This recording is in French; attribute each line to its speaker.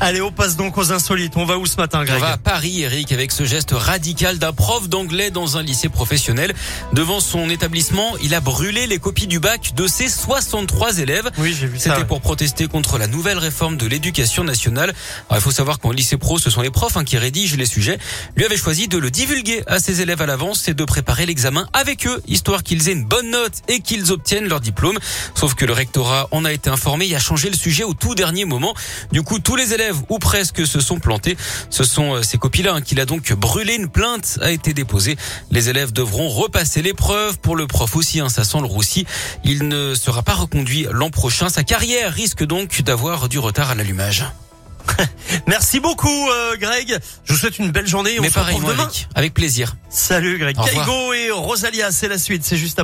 Speaker 1: Allez, on passe donc aux insolites. On va où ce matin,
Speaker 2: On
Speaker 1: Greg
Speaker 2: va à Paris, Eric, avec ce geste radical d'un prof d'anglais dans un lycée professionnel. Devant son établissement, il a brûlé les copies du bac de ses 63 élèves.
Speaker 1: Oui, j'ai vu ça.
Speaker 2: C'était
Speaker 1: ouais.
Speaker 2: pour protester contre la nouvelle réforme de l'éducation nationale. Alors, il faut savoir qu'en lycée pro, ce sont les profs hein, qui rédigent les sujets. Lui avait choisi de le divulguer à ses élèves à l'avance et de préparer l'examen avec eux, histoire qu'ils aient une bonne note et qu'ils obtiennent leur diplôme. Sauf que le rectorat en a été informé et a changé le sujet au tout dernier moment. Du coup, tous les élèves ou presque se sont plantés. Ce sont euh, ces copies-là hein, qu'il a donc brûlé. Une plainte a été déposée. Les élèves devront repasser l'épreuve. Pour le prof aussi, hein, ça sent le roussi. Il ne sera pas reconduit l'an prochain. Sa carrière risque donc d'avoir du retard à l'allumage.
Speaker 1: Merci beaucoup, euh, Greg. Je vous souhaite une belle journée. et on
Speaker 2: Mais
Speaker 1: se retrouve
Speaker 2: pareillement,
Speaker 1: demain.
Speaker 2: Eric, avec plaisir.
Speaker 1: Salut, Greg.
Speaker 2: Au revoir.
Speaker 1: Kaigo et Rosalia, c'est la suite. C'est juste après.